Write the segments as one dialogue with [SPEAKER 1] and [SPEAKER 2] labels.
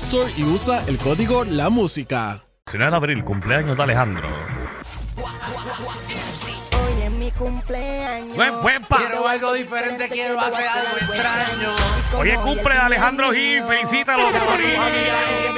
[SPEAKER 1] Store y usa el código La Música.
[SPEAKER 2] Final de abril, cumpleaños de Alejandro.
[SPEAKER 3] Hoy es mi cumpleaños.
[SPEAKER 2] Buen- buen pa-
[SPEAKER 4] Quiero algo diferente, quiero hacer algo extraño.
[SPEAKER 2] Hoy es cumple de Alejandro Gil, felicítalo, Corillo.
[SPEAKER 4] Ey,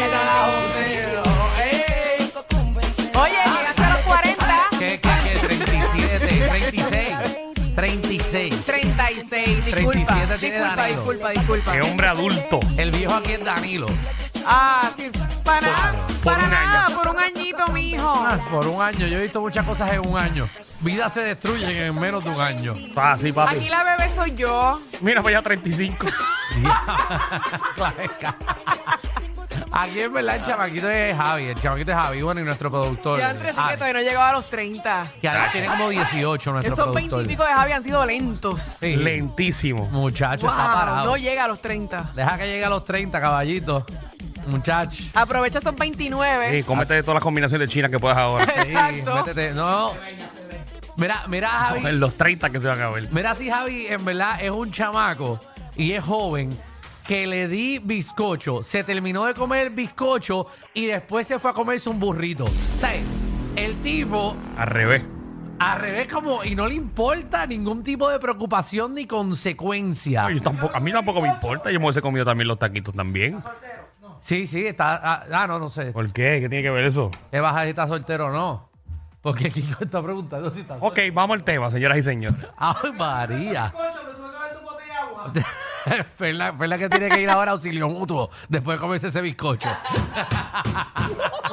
[SPEAKER 5] Oye, llegaste a los 40,
[SPEAKER 4] ¿Qué, qué, qué? 37, 36, 36.
[SPEAKER 5] 36, disculpa,
[SPEAKER 4] 37 tiene
[SPEAKER 5] disculpa,
[SPEAKER 4] Danilo.
[SPEAKER 5] disculpa, disculpa.
[SPEAKER 2] Qué hombre adulto.
[SPEAKER 4] El viejo aquí es Danilo.
[SPEAKER 5] Ah, sí, para nada,
[SPEAKER 4] Por
[SPEAKER 5] para
[SPEAKER 4] un
[SPEAKER 5] nada, por un añito, mijo.
[SPEAKER 4] Ah, Por un año, yo he visto muchas cosas en un año. Vidas se destruyen en menos de un año.
[SPEAKER 2] Fácil,
[SPEAKER 5] Aquí
[SPEAKER 2] papi.
[SPEAKER 5] la bebé soy yo.
[SPEAKER 2] Mira, para allá 35.
[SPEAKER 4] Aquí en verdad el chamaquito es Javi, el chamaquito es Javi, bueno, y nuestro productor.
[SPEAKER 5] Ya entre sí que
[SPEAKER 4] Javi,
[SPEAKER 5] todavía no he llegado a los 30.
[SPEAKER 4] que ahora tiene como 18 nuestro
[SPEAKER 5] Esos 20
[SPEAKER 4] productor.
[SPEAKER 5] y pico de Javi han sido lentos.
[SPEAKER 4] Sí.
[SPEAKER 2] Lentísimo.
[SPEAKER 4] Muchacho,
[SPEAKER 5] Wow,
[SPEAKER 4] está parado.
[SPEAKER 5] no llega a los 30.
[SPEAKER 4] Deja que llegue a los 30, caballito. Muchacho.
[SPEAKER 5] Aprovecha esos 29.
[SPEAKER 2] Sí, Eh, cómete de todas las combinaciones chinas que puedas ahora.
[SPEAKER 4] Sí,
[SPEAKER 5] Exacto.
[SPEAKER 4] métete. No. Mira, mira, Javi.
[SPEAKER 2] En los 30 que se van a ver.
[SPEAKER 4] Mira si Javi en verdad es un chamaco y es joven que le di bizcocho, se terminó de comer el bizcocho y después se fue a comerse un burrito. O sea, el tipo
[SPEAKER 2] Al revés.
[SPEAKER 4] al revés como y no le importa ningún tipo de preocupación ni consecuencia.
[SPEAKER 2] Ay, yo tampoco- a mí tampoco me importa. Yo me hubiese comido también los taquitos también.
[SPEAKER 4] Sí, sí, está ah, ah, no, no sé.
[SPEAKER 2] ¿Por qué? ¿Qué tiene que ver eso?
[SPEAKER 4] ¿Te vas a estar soltero o no? Porque Kiko está preguntando si está soltero.
[SPEAKER 2] Ok, vamos al tema, señoras y señores.
[SPEAKER 4] ¡Ay, María! Fernan, Fernan que tiene que ir ahora a auxilio mutuo después de comerse ese bizcocho.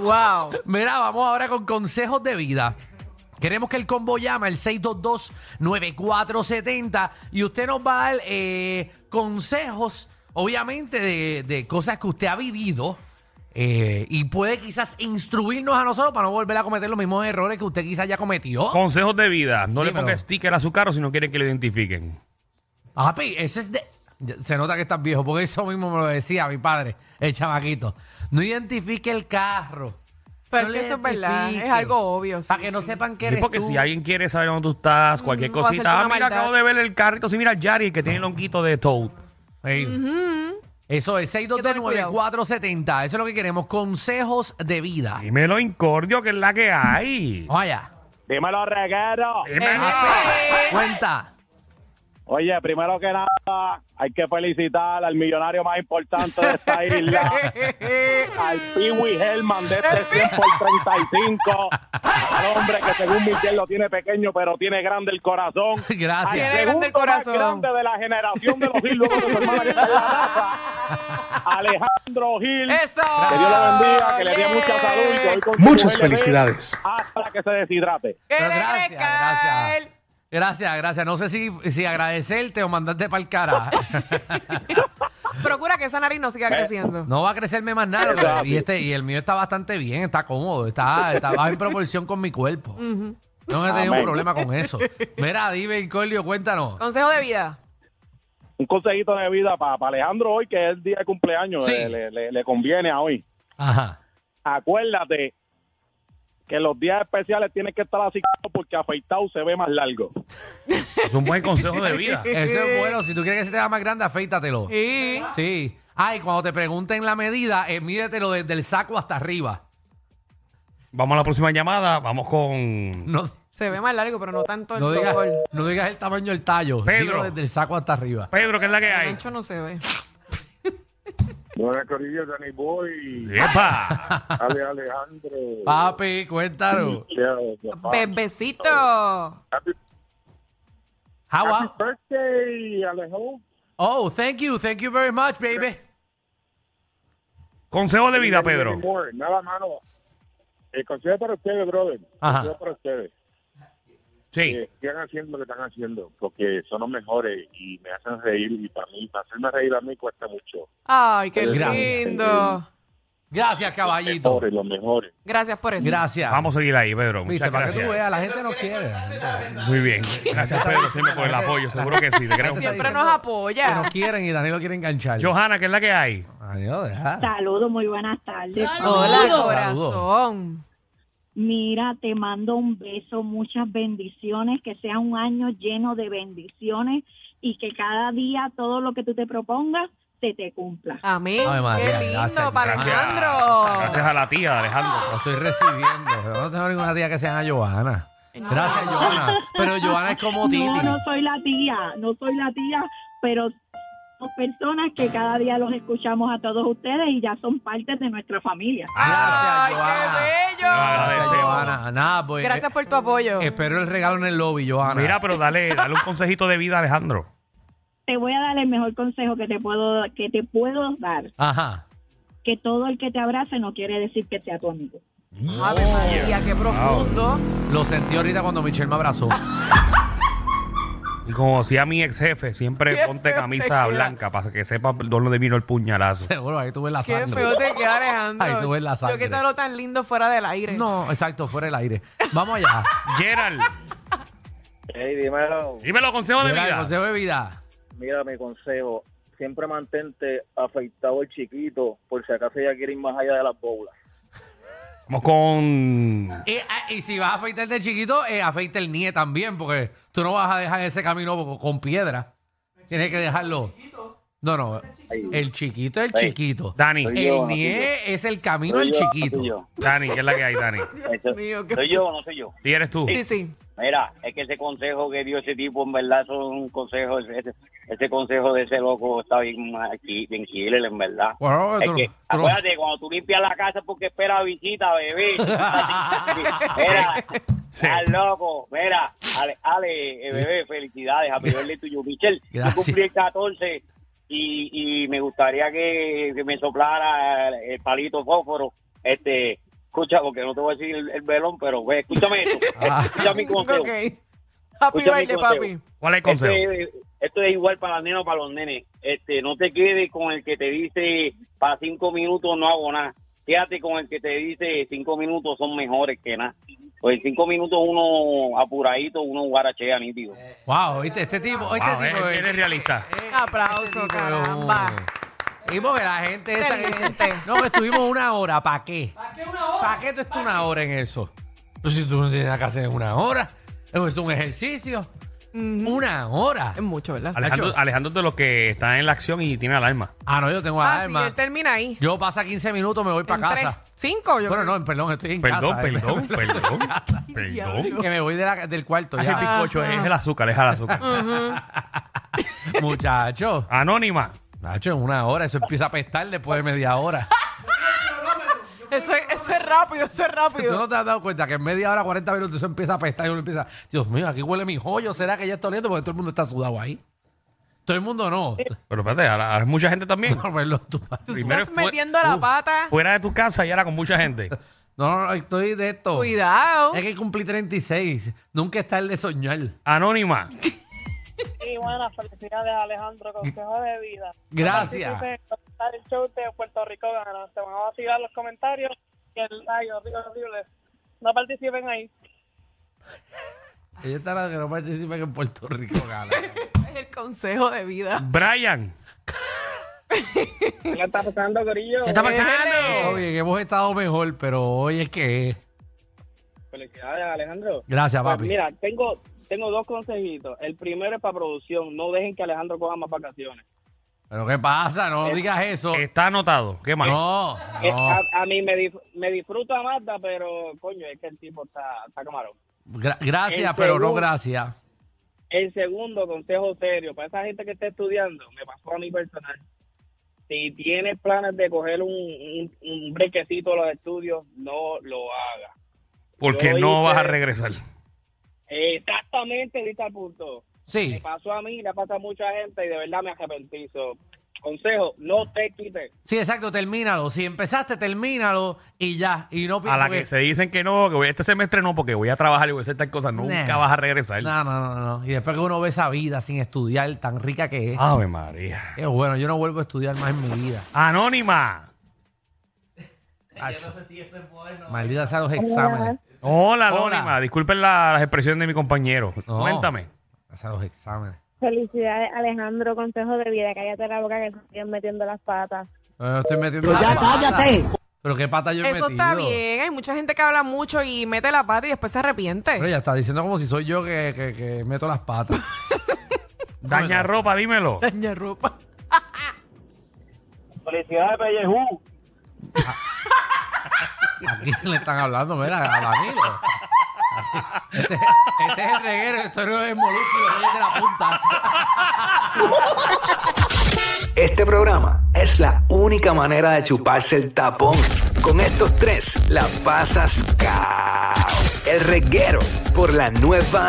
[SPEAKER 5] Wow.
[SPEAKER 4] Mira, vamos ahora con consejos de vida. Queremos que el combo llama al 622-9470 y usted nos va a dar eh, consejos, obviamente, de, de cosas que usted ha vivido eh, y puede quizás instruirnos a nosotros para no volver a cometer los mismos errores que usted quizás ya cometió.
[SPEAKER 2] Consejos de vida. No le
[SPEAKER 4] Dímelo.
[SPEAKER 2] pongas sticker a su carro si no quieren que lo identifiquen.
[SPEAKER 4] Papi, ese es de... Se nota que estás viejo, porque eso mismo me lo decía mi padre, el chamaquito. No identifique el carro.
[SPEAKER 5] Pero
[SPEAKER 4] No
[SPEAKER 5] es que
[SPEAKER 4] le
[SPEAKER 5] eso es verdad,
[SPEAKER 4] identifique.
[SPEAKER 5] es algo obvio, sí,
[SPEAKER 4] Para que no
[SPEAKER 5] sí. Eh,
[SPEAKER 4] sepan que
[SPEAKER 2] Sí,
[SPEAKER 4] eres
[SPEAKER 2] porque
[SPEAKER 4] tú.
[SPEAKER 2] si alguien quiere saber dónde tú estás, cualquier
[SPEAKER 5] Mm, o hacerte
[SPEAKER 2] cosita. Ah,
[SPEAKER 5] una
[SPEAKER 2] mira,
[SPEAKER 5] maldad.
[SPEAKER 2] acabo de ver el carrito. Sí, mira el Yari, que tiene el honguito de Toad.
[SPEAKER 4] Ey. Eso es
[SPEAKER 5] Hay que tener
[SPEAKER 4] 6229470. Eso es lo que queremos, consejos de vida.
[SPEAKER 2] Dímelo, Incordio, que es la que hay.
[SPEAKER 5] Ah,
[SPEAKER 4] Vaya,
[SPEAKER 6] Dímelo, reguero.
[SPEAKER 2] Dímelo.
[SPEAKER 5] eh,
[SPEAKER 4] cuenta.
[SPEAKER 6] Oye, primero que nada, hay que felicitar al millonario más importante de esta isla,
[SPEAKER 5] eh,
[SPEAKER 6] al Piwi Herman de este 100 por 35, al hombre que según Miguel lo tiene pequeño, pero tiene grande el corazón. Al
[SPEAKER 4] Gracias.
[SPEAKER 5] Tiene grande el
[SPEAKER 6] segundo más
[SPEAKER 5] corazón.
[SPEAKER 6] grande de la generación de los Gil, luego de su hermana que está en la NASA, Alejandro Gil.
[SPEAKER 5] eh. Eso.
[SPEAKER 6] Que Dios le bendiga, que le dé mucha salud. y que hoy con su
[SPEAKER 7] Muchas
[SPEAKER 6] LB
[SPEAKER 7] felicidades.
[SPEAKER 6] Hasta que se deshidrate.
[SPEAKER 5] Que
[SPEAKER 4] Pero
[SPEAKER 5] le
[SPEAKER 4] gracias,
[SPEAKER 5] crezca
[SPEAKER 4] gracias. Gracias, gracias. No sé si, si agradecerte o mandarte para el cara.
[SPEAKER 5] el- Procura que esa nariz no siga creciendo.
[SPEAKER 4] No va a crecerme más nada. pero- y, este, y el mío está bastante bien, está cómodo, está, está va en proporción con mi cuerpo. No he tenido un
[SPEAKER 6] Amén.
[SPEAKER 4] problema con eso. Mira, dime, Incordio, cuéntanos.
[SPEAKER 5] Consejo de vida.
[SPEAKER 6] un consejito de vida para Alejandro hoy, que es el día de cumpleaños,
[SPEAKER 4] Sí.
[SPEAKER 6] eh, le, le- le conviene a hoy.
[SPEAKER 4] Ajá.
[SPEAKER 6] Acuérdate que los días especiales tienes que estar así porque afeitado se ve más largo.
[SPEAKER 2] Es un buen consejo de vida.
[SPEAKER 4] Eso es bueno. Si tú quieres que se te haga más grande, afeítatelo.
[SPEAKER 5] Sí.
[SPEAKER 4] Sí. Ay, cuando te pregunten la medida, eh, mídetelo desde el saco hasta arriba.
[SPEAKER 2] Vamos a la próxima llamada. Vamos con
[SPEAKER 4] No,
[SPEAKER 5] Se ve más largo, pero no tanto el
[SPEAKER 4] no digas,
[SPEAKER 5] dolor.
[SPEAKER 4] no digas el tamaño del tallo.
[SPEAKER 2] Pedro.
[SPEAKER 4] Dilo desde el saco hasta arriba.
[SPEAKER 2] Pedro, que es la que
[SPEAKER 5] El
[SPEAKER 2] hay.
[SPEAKER 5] ancho no se ve.
[SPEAKER 7] Buenas, Corillo, Danny Boy,
[SPEAKER 2] ¡Epa!
[SPEAKER 7] Ale Alejandro.
[SPEAKER 4] Papi, cuéntanos.
[SPEAKER 7] Ya, ya, pa.
[SPEAKER 5] Bebecito.
[SPEAKER 7] Happy,
[SPEAKER 4] How
[SPEAKER 7] happy birthday, Alejo.
[SPEAKER 4] Oh, thank you, thank you very much, baby.
[SPEAKER 2] Consejo de vida, Pedro.
[SPEAKER 7] Anymore, Nada, mano. El consejo para ustedes, brother.
[SPEAKER 4] Ajá.
[SPEAKER 7] Consejo para ustedes.
[SPEAKER 2] Sí.
[SPEAKER 7] Que sigan haciendo lo que están haciendo, porque son los mejores y me hacen reír. Y para mí, para hacerme reír a mí cuesta mucho.
[SPEAKER 5] Ay, qué
[SPEAKER 4] Gracias.
[SPEAKER 5] lindo.
[SPEAKER 4] Gracias, caballito.
[SPEAKER 7] Mejores, los mejores.
[SPEAKER 5] Gracias por eso.
[SPEAKER 4] Gracias.
[SPEAKER 2] Vamos a seguir ahí, Pedro.
[SPEAKER 4] Viste,
[SPEAKER 2] Muchas
[SPEAKER 4] para que tú
[SPEAKER 2] gracias.
[SPEAKER 4] veas, la gente nos quiere. la gente
[SPEAKER 2] Muy bien. Gracias, Pedro, siempre por el apoyo. Seguro que sí. Te queremos.
[SPEAKER 4] Gracias.
[SPEAKER 5] Siempre nos
[SPEAKER 4] Que
[SPEAKER 5] apoya.
[SPEAKER 4] nos quieren y Danilo quiere enganchar.
[SPEAKER 2] Johanna, ¿qué es la que hay?
[SPEAKER 4] Ay, no, deja.
[SPEAKER 8] Saludos, muy buenas tardes.
[SPEAKER 5] Hola,
[SPEAKER 4] Saludos.
[SPEAKER 5] corazón.
[SPEAKER 8] Mira, te mando un beso, muchas bendiciones, que sea un año lleno de bendiciones y que cada día todo lo que tú te propongas se te cumpla.
[SPEAKER 5] Amén.
[SPEAKER 4] Ave María,
[SPEAKER 5] qué lindo
[SPEAKER 4] gracias,
[SPEAKER 5] para
[SPEAKER 4] gracias.
[SPEAKER 2] Gracias
[SPEAKER 5] Alejandro.
[SPEAKER 2] a la tía, de
[SPEAKER 4] Lo
[SPEAKER 2] Alejandro.
[SPEAKER 4] estoy recibiendo. Yo No tengo ninguna tía que sea a Johanna. Gracias, Johanna. Pero Johanna es como Titi.
[SPEAKER 8] No, no soy la tía, no soy la tía, pero son personas que cada día los escuchamos a todos ustedes y ya son parte de nuestra familia.
[SPEAKER 5] Ay,
[SPEAKER 4] Gracias, Johanna.
[SPEAKER 5] qué
[SPEAKER 2] Gracias,
[SPEAKER 4] Gracias,
[SPEAKER 5] bello.
[SPEAKER 4] Johanna. Nada, pues.
[SPEAKER 5] Gracias por tu apoyo.
[SPEAKER 4] eh, Espero el regalo en el lobby, Johanna.
[SPEAKER 2] Mira, pero dale, dale un consejito de vida, a Alejandro.
[SPEAKER 8] Te voy a dar el mejor consejo que te puedo que te puedo dar,
[SPEAKER 4] Ajá.
[SPEAKER 8] que todo el que te abrace no quiere decir que sea tu amigo.
[SPEAKER 5] Ave María, qué profundo.
[SPEAKER 4] Lo sentí ahorita cuando Michelle me abrazó.
[SPEAKER 2] Y como decía mi ex jefe, siempre
[SPEAKER 5] Qué
[SPEAKER 2] ponte
[SPEAKER 5] feo te
[SPEAKER 2] camisa
[SPEAKER 5] queda.
[SPEAKER 2] blanca para que sepa dónde vino el puñalazo.
[SPEAKER 4] Seguro, ahí tú ves la
[SPEAKER 5] Qué
[SPEAKER 4] sangre.
[SPEAKER 5] feo te queda, Alejandro.
[SPEAKER 4] Ay, tú ves la sangre.
[SPEAKER 5] Yo que te hablo tan lindo fuera del aire.
[SPEAKER 4] No, exacto, fuera del aire. Vamos allá.
[SPEAKER 2] Gerald,
[SPEAKER 9] Hey, dímelo.
[SPEAKER 2] dímelo, consejo de
[SPEAKER 4] Mira, el
[SPEAKER 2] vida.
[SPEAKER 4] consejo de vida.
[SPEAKER 9] Mira, mi consejo. Siempre mantente afeitado el chiquito, por si acaso ella quiere ir más allá de las bolas.
[SPEAKER 2] Vamos con.
[SPEAKER 4] Eh, ah, y si vas a afeitarte de chiquito, eh, afeita el nie también, porque tú no vas a dejar ese camino con- con piedra. Tienes que dejarlo. No, no. El chiquito es el chiquito.
[SPEAKER 2] Dani,
[SPEAKER 9] Soy yo,
[SPEAKER 4] El
[SPEAKER 9] así
[SPEAKER 4] nie es el camino
[SPEAKER 9] Soy
[SPEAKER 4] del
[SPEAKER 9] yo,
[SPEAKER 4] chiquito.
[SPEAKER 9] soy yo.
[SPEAKER 2] Dani, ¿qué es la que hay, Dani?
[SPEAKER 9] Eso-
[SPEAKER 5] mío, qué-
[SPEAKER 9] ¿Soy yo o no soy yo?
[SPEAKER 2] ¿Y eres tú?
[SPEAKER 5] Sí, sí.
[SPEAKER 9] Mira, es que ese consejo que dio ese tipo, en verdad, son consejos. Ese, ese consejo de ese loco está bien, ma- chi- bien chile, en verdad.
[SPEAKER 4] Bueno,
[SPEAKER 9] Es
[SPEAKER 4] tú-
[SPEAKER 9] que,
[SPEAKER 4] tú-
[SPEAKER 9] acuérdate, cuando tú limpias la casa porque espera visita, bebé. Mira,
[SPEAKER 2] Sí.
[SPEAKER 9] estás loco. Mira, Ale, Ale, eh, bebé, felicidades. A pedirle tuyo. Michelle, yo
[SPEAKER 4] Gracias.
[SPEAKER 9] cumplí el 14 y, y me gustaría que, que me soplara el, el palito fósforo. Este, escucha, porque no te voy a decir el, el velón, pero ve, escúchame esto.
[SPEAKER 4] Ah.
[SPEAKER 9] Escucha mi consejo.
[SPEAKER 5] Ok. Happy
[SPEAKER 9] Escucha mi
[SPEAKER 5] birthday,
[SPEAKER 9] consejo.
[SPEAKER 5] papi.
[SPEAKER 2] ¿Cuál es el
[SPEAKER 9] Esto
[SPEAKER 2] consejo?
[SPEAKER 4] Este,
[SPEAKER 9] es, Este, esto es igual para las nenas o para los nenes. Este, no te quedes con el que te dice para cinco minutos no hago nada. Quédate con el que te dice cinco minutos son mejores que nada. Pues en cinco minutos uno apuradito, uno guarachea nítido.
[SPEAKER 4] Wow, ¿viste? Este tipo, este
[SPEAKER 2] Wow,
[SPEAKER 4] tipo
[SPEAKER 2] eh,
[SPEAKER 4] es-
[SPEAKER 2] eres realista.
[SPEAKER 4] eh,
[SPEAKER 5] Aplauso,
[SPEAKER 4] este tipo es
[SPEAKER 5] caramba.
[SPEAKER 4] un- Y porque la gente esa que dice,
[SPEAKER 5] Inteligente.
[SPEAKER 4] no, que estuvimos una hora, ¿para qué? ¿Para qué una hora? ¿Para qué tú estás una hora en eso? Pero si tú no tienes nada que hacer en una hora, eso es un ejercicio. Una hora.
[SPEAKER 5] Es mucho, ¿verdad?
[SPEAKER 2] Alejandro,
[SPEAKER 4] Nacho.
[SPEAKER 2] Alejandro es de los que está en la acción y tiene alarma.
[SPEAKER 4] Ah, no, yo tengo
[SPEAKER 5] Ah, sí,
[SPEAKER 4] alarma.
[SPEAKER 5] él termina ahí.
[SPEAKER 4] Yo pasa 15 minutos, me voy para
[SPEAKER 5] En
[SPEAKER 4] casa.
[SPEAKER 5] tres- Cinco, yo
[SPEAKER 4] Bueno,
[SPEAKER 5] creo.
[SPEAKER 4] no, perdón, estoy en
[SPEAKER 2] Perdón,
[SPEAKER 4] casa. eh,
[SPEAKER 2] perdón, perdón.
[SPEAKER 5] diablo.
[SPEAKER 2] Perdón.
[SPEAKER 4] Que me voy de la- del cuarto
[SPEAKER 2] Ay, El
[SPEAKER 4] ya.
[SPEAKER 2] bizcocho es el azúcar, es el azúcar.
[SPEAKER 4] Muchacho.
[SPEAKER 2] Anónima.
[SPEAKER 4] Nacho, en una hora, eso empieza a apestar después de media hora.
[SPEAKER 5] Eso, es- eso es rápido, eso es
[SPEAKER 4] Tú
[SPEAKER 5] rápido.
[SPEAKER 4] no te has dado cuenta que en media hora, 40 minutos, eso empieza a apestar y uno empieza, Dios mío, aquí huele mi joyo, ¿será que ya está oliendo? Porque todo el mundo está sudado ahí. Todo el mundo no.
[SPEAKER 2] Pero espérate, ahora, ahora es mucha gente también.
[SPEAKER 4] No, perdón, tú-
[SPEAKER 5] Tú
[SPEAKER 2] primero
[SPEAKER 5] estás
[SPEAKER 2] fue-
[SPEAKER 5] metiendo la
[SPEAKER 2] Uh,
[SPEAKER 5] pata.
[SPEAKER 2] Fuera de tu casa y ahora con mucha gente.
[SPEAKER 4] no, no, estoy de esto.
[SPEAKER 5] Cuidado.
[SPEAKER 4] Es que cumplí 36. Nunca es tarde soñar.
[SPEAKER 2] Anónima.
[SPEAKER 10] Y bueno, felicidades Alejandro, consejo de vida.
[SPEAKER 4] Gracias.
[SPEAKER 10] Dice, "Comentar el show de Puerto Rico gana. Se van a vacilar los comentarios y el ay, horrible, horrible. No participen ahí.
[SPEAKER 4] Ella está la que no participa que en Puerto Rico gana.
[SPEAKER 5] Es el consejo de vida.
[SPEAKER 2] Brian.
[SPEAKER 10] ¿Qué está pasando, Corillo?
[SPEAKER 2] ¿Qué está
[SPEAKER 4] Todo bien, hemos estado mejor, pero hoy es que...
[SPEAKER 10] Felicidades, Alejandro.
[SPEAKER 4] Gracias, Ah, papi.
[SPEAKER 10] Pues mira, tengo, tengo dos consejitos. El primero es para producción. No dejen que Alejandro coja más vacaciones.
[SPEAKER 4] Pero ¿qué pasa? No digas eso.
[SPEAKER 2] Está anotado. Qué mal.
[SPEAKER 4] Ah, No,
[SPEAKER 10] Eh,
[SPEAKER 4] no.
[SPEAKER 10] A, a mí me, dif- me disfruto a Marta, pero coño, es que el tipo está, está camarón.
[SPEAKER 4] Gra- gracias,
[SPEAKER 10] El
[SPEAKER 4] pero no
[SPEAKER 10] segundo-
[SPEAKER 4] gracias.
[SPEAKER 10] El segundo consejo serio, para esa gente que está estudiando, me pasó a mí personal. si tienes planes de coger un, un, un brequecito a los estudios, no lo hagas.
[SPEAKER 2] Porque
[SPEAKER 10] Yo
[SPEAKER 2] no
[SPEAKER 10] hice-
[SPEAKER 2] vas a regresar.
[SPEAKER 10] Exactamente, diste al punto.
[SPEAKER 4] Sí.
[SPEAKER 10] Me pasó a mí, le pasa a mucha gente y de verdad me arrepentí. So, consejo, no te quites.
[SPEAKER 4] Sí, exacto, termínalo. Si empezaste, termínalo y ya. Y no
[SPEAKER 2] A la
[SPEAKER 4] porque-
[SPEAKER 2] que se dicen que no, que voy este semestre no, porque voy a trabajar y voy a hacer tal cosa, nunca
[SPEAKER 4] Nah.
[SPEAKER 2] vas a regresar.
[SPEAKER 4] No, no, no, no. Y después que uno ve esa vida sin estudiar, tan rica que es.
[SPEAKER 2] Ave María.
[SPEAKER 4] Es bueno, yo no vuelvo a estudiar más en mi vida.
[SPEAKER 2] Anónima.
[SPEAKER 4] Maldita sea los exámenes.
[SPEAKER 2] Hola,
[SPEAKER 4] Hola.
[SPEAKER 2] Anónima. Disculpen la- las expresiones de mi compañero.
[SPEAKER 4] No.
[SPEAKER 2] Cuéntame.
[SPEAKER 4] Hacia los exámenes.
[SPEAKER 8] Felicidades, Alejandro. Consejo de vida. Cállate la boca que te siguen metiendo las patas.
[SPEAKER 4] Pero yo estoy metiendo.
[SPEAKER 8] Pero ya
[SPEAKER 4] la pata.
[SPEAKER 8] cállate.
[SPEAKER 4] Pero qué pata yo he
[SPEAKER 5] Eso está
[SPEAKER 4] metido.
[SPEAKER 5] bien. Hay mucha gente que habla mucho y mete la pata y después se
[SPEAKER 4] Pero
[SPEAKER 5] arrepiente.
[SPEAKER 4] ella está diciendo como si soy yo que, que- que meto las patas.
[SPEAKER 2] Daña ropa, dímelo.
[SPEAKER 5] Daña ropa.
[SPEAKER 11] Felicidades, Pellejú.
[SPEAKER 4] ¿A quién le están hablando? Mira, a Danilo. Este, este es el reguero, esto no es molusco, lo de la punta.
[SPEAKER 12] Este programa es la única manera de chuparse el tapón. Con estos tres la pasas cao. El reguero por la nueva